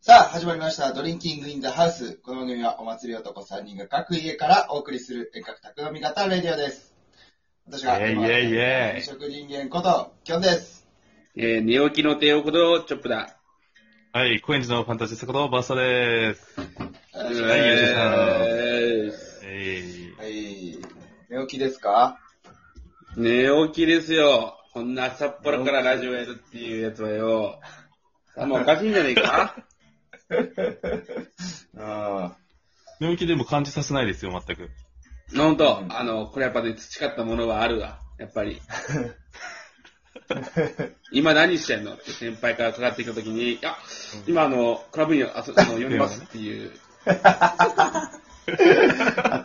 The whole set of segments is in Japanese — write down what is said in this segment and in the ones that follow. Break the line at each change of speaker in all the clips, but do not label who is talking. さあ、始まりました。ドリンキングインザハウス。この番組はお祭り男3人が各家からお送りする遠隔宅飲み型レディオです。私が、
イェイイェイイェイ
食人間こと、キョンです。
えー、寝起きの帝王ことチョップだ。
はい、コインズのファンタジスタことバッサです。
は
え
いよろしくお
ー
えい
い。寝起きですか
寝起きですよ。こんな朝っぱらからラジオやるっていうやつはよ。頭おかしいんじゃね えか
うん。
寝起きでも感じさせないですよ、全く。
ほんと、あの、これやっぱね、培ったものはあるわ。やっ ぱり。今何してんのって先輩からかかってきたときに、いや、今あの、クラブにあそあの呼びますっていう。
あ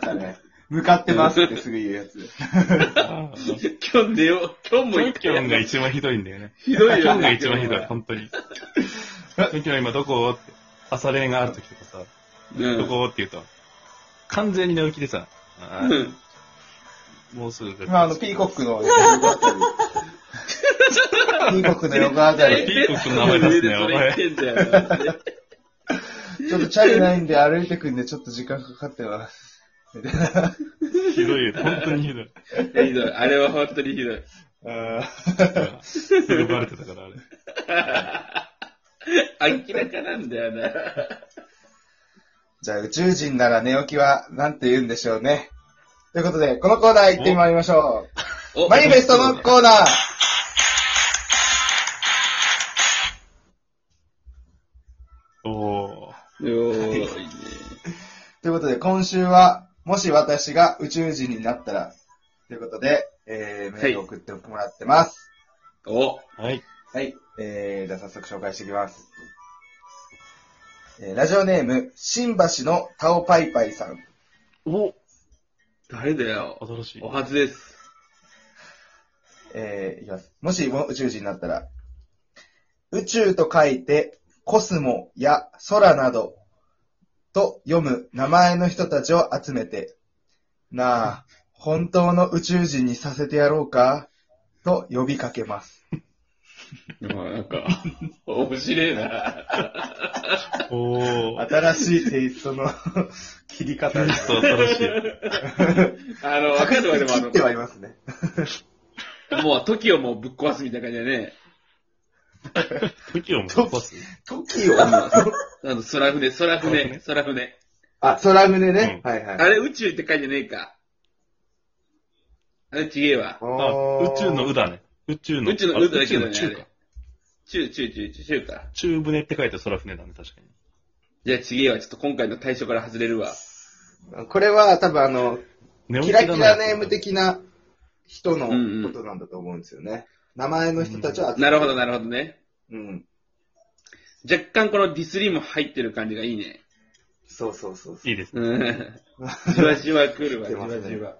ったね。向かってますってすぐ言うやつ。
今日
今日寝よ、今日も一回やった
が一番ひどいんだよね。
ひどいよ、ね。
今日が一番ひ どい、本当に。今日は今どこって、朝練がある時とかさ、
うん
どこって言うと、完全に寝起きでさ、あ
う
ー
ん
もうすぐ。
今、あの、ピーコックの横あたり。ピーコックの横あた
ピ
り。
ーコックの名前出すね、お
上でそ
前。
れ言ってんだよな。
ちょっとチャリないんで歩いてくんでちょっと時間かかってます。みたいな。
ひどいよ、本当にひどい。
ひどい。あれは本当にひどい。
うん
すぐバレてたから、あれ。
明らかなんだよな。
じゃあ宇宙人なら寝起きは何て言うんでしょうね。ということで、このコーナー行ってまいりましょう。
お
マイベストのコーナー
おー。
よーい
ということで、今週は、もし私が宇宙人になったら、ということで、えー、メールを送ってもらってます。
お、
はい。
はい。えー、じゃあ早速紹介していきます。えー、ラジオネーム、新橋のタオパイパイさん。
お
誰だよ。
新しい
お。初です。
えー、いきます。もしも宇宙人になったら、宇宙と書いて、コスモや空など、と読む名前の人たちを集めて、なあ、本当の宇宙人にさせてやろうかと呼びかけます。
なんか、面白いな。
お ー。
新しいテイストの 切り方です。
そう、新しい。
あの、わかるわ、でもあ
切ってはいますね。
の、もう、時をもうぶっ壊すみたいな感じだね。
時をも飛ばす。
時を。
あの、空船、空船、空船。
あ、空胸ね。
う
はいはい。
あれ、宇宙って書いてねえか。あれ、ちげえわ。
あ、
おー
宇宙の宇だね。宇宙の
宇宙の宇
あ
だ
宇
け
宙
ど
の
ね、あ
宙か
れ。。宙、宙、宙、宙、宙か。
宙船って書いて空船だね、確かに。
じゃあ、ちげえわ。ちょっと今回の対象から外れるわ。
これは多分あの、
ネ
キラキラネーム的な人の
うんうん
ことなんだと思うんですよね。名前の人たちは、
なるほど、なるほどね。
うん。
若干このディスリも入ってる感じがいいね。
そうそうそうそう。
いいですね。
うん。じわじわ来るわ、
来て
じ
ます
わ
ね
じわ。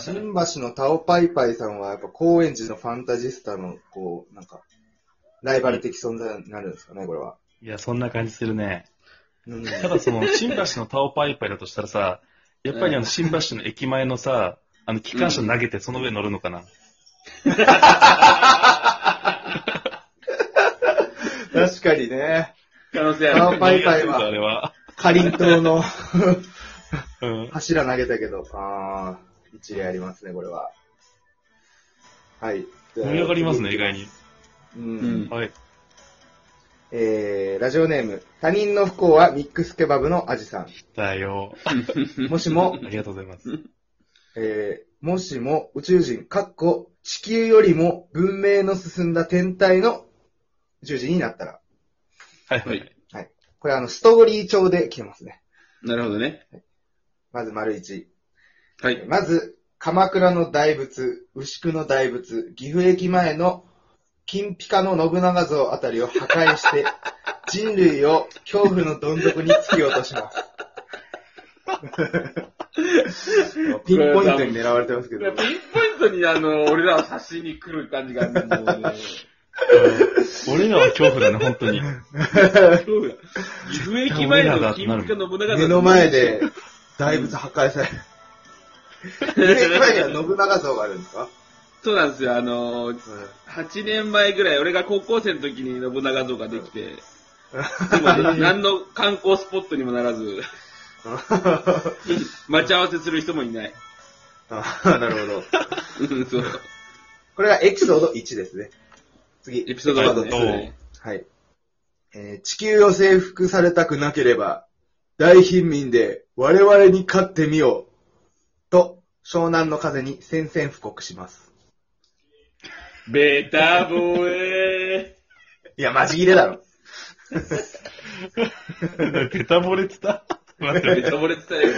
新橋のタオパイパイさんは、やっぱ高円寺のファンタジスタの、こう、なんか、ライバル的存在になるんですかね、これは。
いや、そんな感じするね。
うん。
ただその、新橋のタオパイパイだとしたらさ、やっぱりあの、新橋の駅前のさ、あの、機関車投げてその上乗るのかな。
確かにね。
可能性
タ
あ
オ
る。
パイパイは
あれは。
かりんとうの
うん。
柱投げたけど、あー、一例ありますね、これは。はい。
盛り上がりますね、意外に。
うん。
はい。
えー、ラジオネーム、他人の不幸はミックスケバブのアジさん。
だよ。あ
もしも、
りがとうございます。
えーもしも宇宙人、かっこ地球よりも文明の進んだ天体の宇宙人になったら、
はい
は
はいい。
これあの、ストーリー調で来てますね。
なるほどね。
まず丸一。
はい。
まず、鎌倉の大仏、牛久の大仏、岐阜駅前の金ピカの信長像あたりを破壊して、人類を恐怖のどん底に突き落とします。ピンポイントに狙われてますけ
ピン
ど。
ポイントにあの、俺らを差しに来る感じがもうね、
うん俺らは恐怖だね、本当に。
恐怖だ岐阜駅前の金ピカ信長 像
目の前。で大仏破壊さ れる。目の前には信長像があるんですか
そうなんですよ、あの、8年前ぐらい、俺が高校生の時に信長像ができて、 でも、何の観光スポットにもならず、待ち合わせする人もいない。
あなるほど。
うんそう
これがエピソード1ですね。次。
エピソード1ですね。
はい。えー地球を征服されたくなければ、大貧民で我々に勝ってみよう。と、湘南の風に宣戦布告します。
ベタボエ
いや、マジ切れだろ。
ベタボれてた待っ
ー。ベ
て
タボレって言ったよ、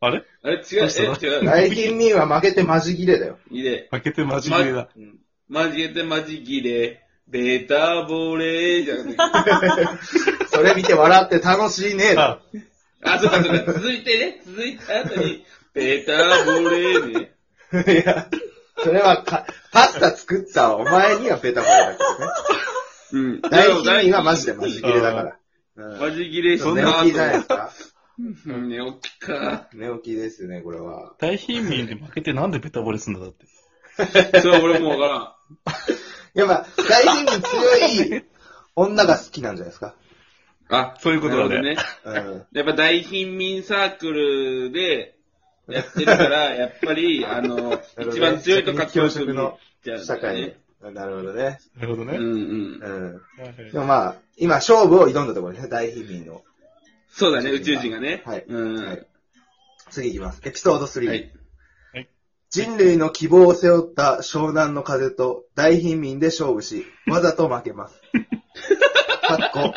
こ
あれ
れ。あれ、違う、
どうした
え違う。
大貧民は負けてマジ切れだよ。
いいね。
負けてマジでだ。
うん
マジでマジギレ。ベタボレーじゃなくて。
それ見て笑って楽しいね。
あ、
あ、そうかそうか。続いてね、続いた後に、ベタボレーね。
いや、それはか、パスタ作ったお前にはベタボレだけどね。
うん。
大貧民はマジでマジ切れだから。うん
マジギレ
そ
し
んな
た
起きじゃないで
後
す。か。
うん寝起きか。
寝起きですね、これは。
大貧民で負けてなんでベタボれすんだだって。
それ俺もうわからん。
やっぱ、大貧民強い女が好きなんじゃないですか。
あ、
そういうことだね
なるほど
うん。
やっぱ大貧民サークルでやって るから、やっぱり、あの、一番強いとかっこよく見ちゃうんだ
社
よ
会
ね。
で。なるほどね。
なるほど
うんう
ね。
ん。
うん。
はいはい
でもまあ、今、勝負を挑んだところですね、大貧民の。
そうだね、宇宙人がね。
はい
うん。
はい次いきます。エピソード3。
はい。
人類の希望を背負った湘南の風と大貧民で勝負し、わざと負けます。か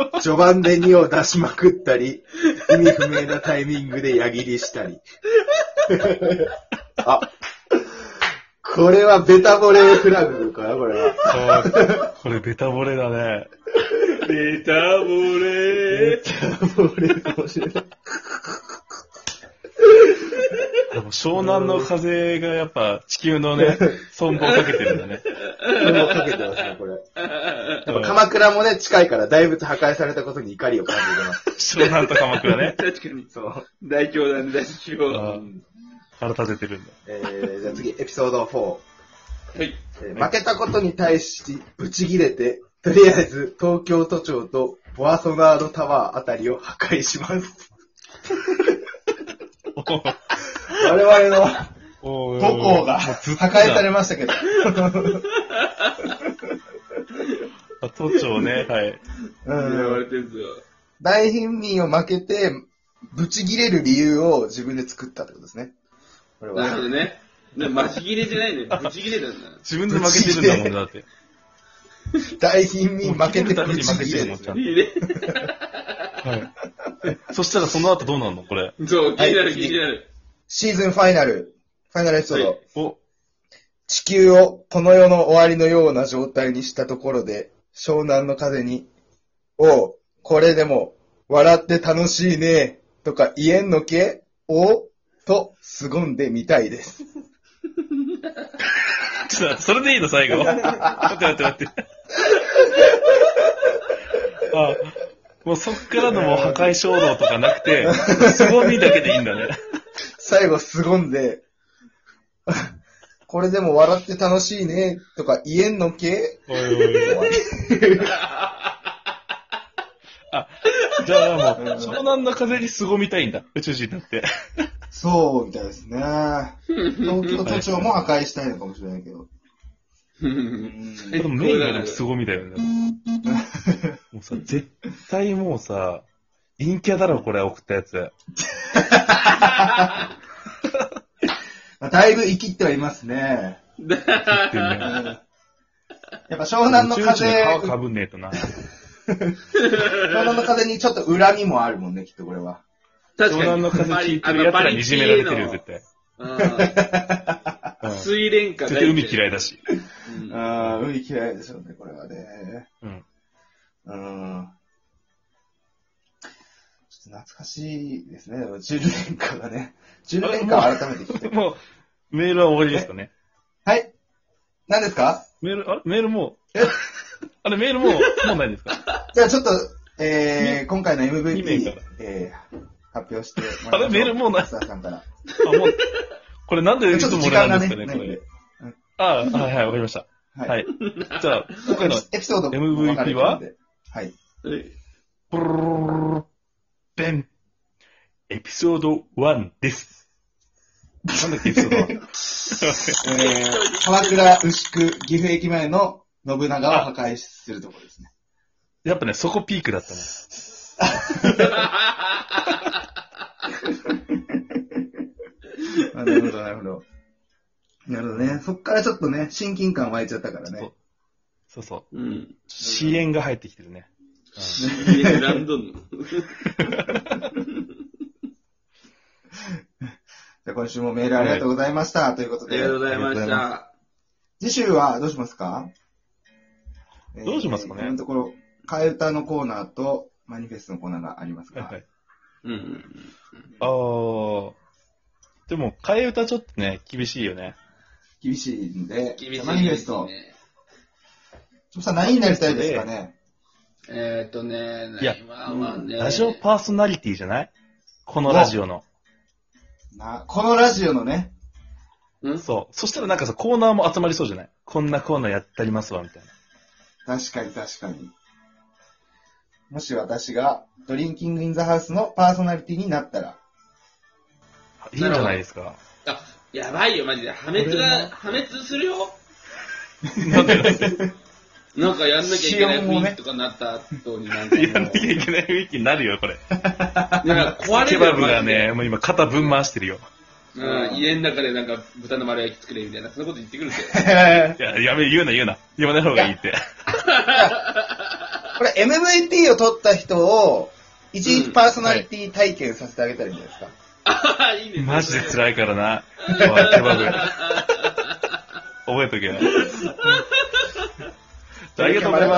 っこ、序盤で2を出しまくったり、意味不明なタイミングで矢切りしたり。あ、これはベタボレフラグかな、これは。
あー これベタボれだね。
ベタボレー。
ボレかもしれない。
でも湘南の風がやっぱ地球のね、存亡をかけてるんだね。
もかけてますね、これ。やっぱ鎌倉もね、近いから大仏破壊されたことに怒りを感じてます。
湘南と鎌倉ね。
確かに。
そう。
大凶だね、大凶。
あ
は
ー腹立ててるんだ。
えー、じゃあ次、エピソード4。
い。
えー負けたことに対し、ブチ切れて、とりあえず、東京都庁とボアソナードタワーあたりを破壊します。
おー
我々の
お ー
母校が破壊されましたけど。
あ都庁ね、はい。
う
狙われ
ん、
てるぞ。
大貧民を負けて、ブチ切れる理由を自分で作ったってことですね。これ
なるほ
は。
どね。ね、マジ切れじゃないね。ブチ切れなんだな。
自分で負けてるんだもんね、だって。
大貧民負けて
ため
ブ
に
チ
負け
切
て
れ
るも
で
ん、
す
ちゃん
いいね。
と。はい。えそしたらその後どうなんのこれ。
そう、気にな
は
る
い
気になる。
シーズンファイナル、ファイナルエピソード。
はい
お、
地球をこの世の終わりのような状態にしたところで、湘南の風に、おう、これでも、笑って楽しいね、とか言えんのけおうと、凄んでみたいです。
ちょっと待って それでいいの、最後。待って待って待って。あ、もうそっからのもう破壊衝動とかなくて、凄みだけでいいんだね。
最後、凄んで、 これでも笑って楽しいね、とか言えんのけ
おいおいおい。あ、じゃあもう、湘南の風に凄みたいんだ。宇宙人だって。
そう、みたいですね。 東京都庁も破壊したいのかもしれないけど。
でもメインはもう凄みだよね。もうさ、絶対もうさ、陰キャだろ、これ送ったやつ。
まあだいぶ生きってはいますね。
っ ていうね
やっぱ湘南の
宇宙人
風
の皮、かぶんねえとな。
湘南の風にちょっと恨みもあるもんね、きっとこれは。
確
湘
か
南
に。
の風聞いてる奴らにいじめられてるよ、絶対。
対。
うん絶
水蓮花
対海嫌
い。
いだし。
うん
ああ、海嫌いでしょうね、これはね。
うん。
うん。ちょっと懐かしいですね、でも10年間がね。10年間は改めて 聞いて。
もう、メールは終わりですかね。
はい。何ですか
メール、あれメールもう
え、
あれメールもう、もうないんですか
じゃあちょっと、えー、今回の MVP
二名から、
えー、発表しても
あれメールもうない
スタッフさんから。
あ、もう、これなんでい
ちょ
つ
っと
も
時
らえ
間
な
が
いんで
ね、
す
な
かね、こ
いん
れ
で。。
ああ、はいはい、わかりました。
は。
はいい。じゃあ、今回の
エピソード
MVP は
分かれてるんではい。
え
ブルルルルルベン。エピソード1です。なんだっけ、エピソード1。
えー、鎌倉牛久岐阜駅前の信長を破壊するところですね。
やっぱね、そこピークだったね。
なるほど、なるほど。なるほどね。そっからちょっとね、親近感湧いちゃったから
そう
ね。
そうそう。
うん。
支援が入ってきてるね。
いや何度の。
じゃあ今週もメールありがとうございました。ということ
ありが
で
とう、ございま
あ
し
りがとうござい
た。
次週はどうしますか
どうしますかね
えー今のところ、替え歌のコーナーとマニフェストのコーナーがあります
はい
が。
はい。
うんうん。
あー。でも、替え歌ちょっとね、厳しいよね。
厳しいんで、
厳しいですね
マニフェスト。そしたら何になりたいですかね
えーっとね、
いや
今はね、
ラジオパーソナリティじゃないこのラジオの。
なこのラジオのね、
うん
そう。そしたらなんかさ、コーナーも集まりそうじゃないこんなコーナーやってありますわ、みたいな。
確かに確かに。もし私がドリンキングインザハウスのパーソナリティになった ら、
いいんじゃないですか。
あ、やばいよ、マジで。破滅
俺
が、
も
破滅するよ。
なんでなんで
なんかやんなきゃいけない
支援を
雰囲
ね
気とかなった後になんかもう
やんなきゃいけない雰囲気になるよ、これ。
なんか壊れる
ケ
よ
バブが
マジで
ね、もう今肩ぶん回してるよ。
うん、家の中でなんか豚の丸焼き作れみたいな、そんなこと言ってくるんですよ。
こ
いや、やめ、言うな言うな。言わない方がいいって。
れ MVP を取った人を、一
う
日
ん
パーソナリティ体験させてあげたらいいんじゃないですか。
ああ、いいね。
マジで
い。
辛いからな。おいケバブ。 覚えとけよ。ありがとうございます。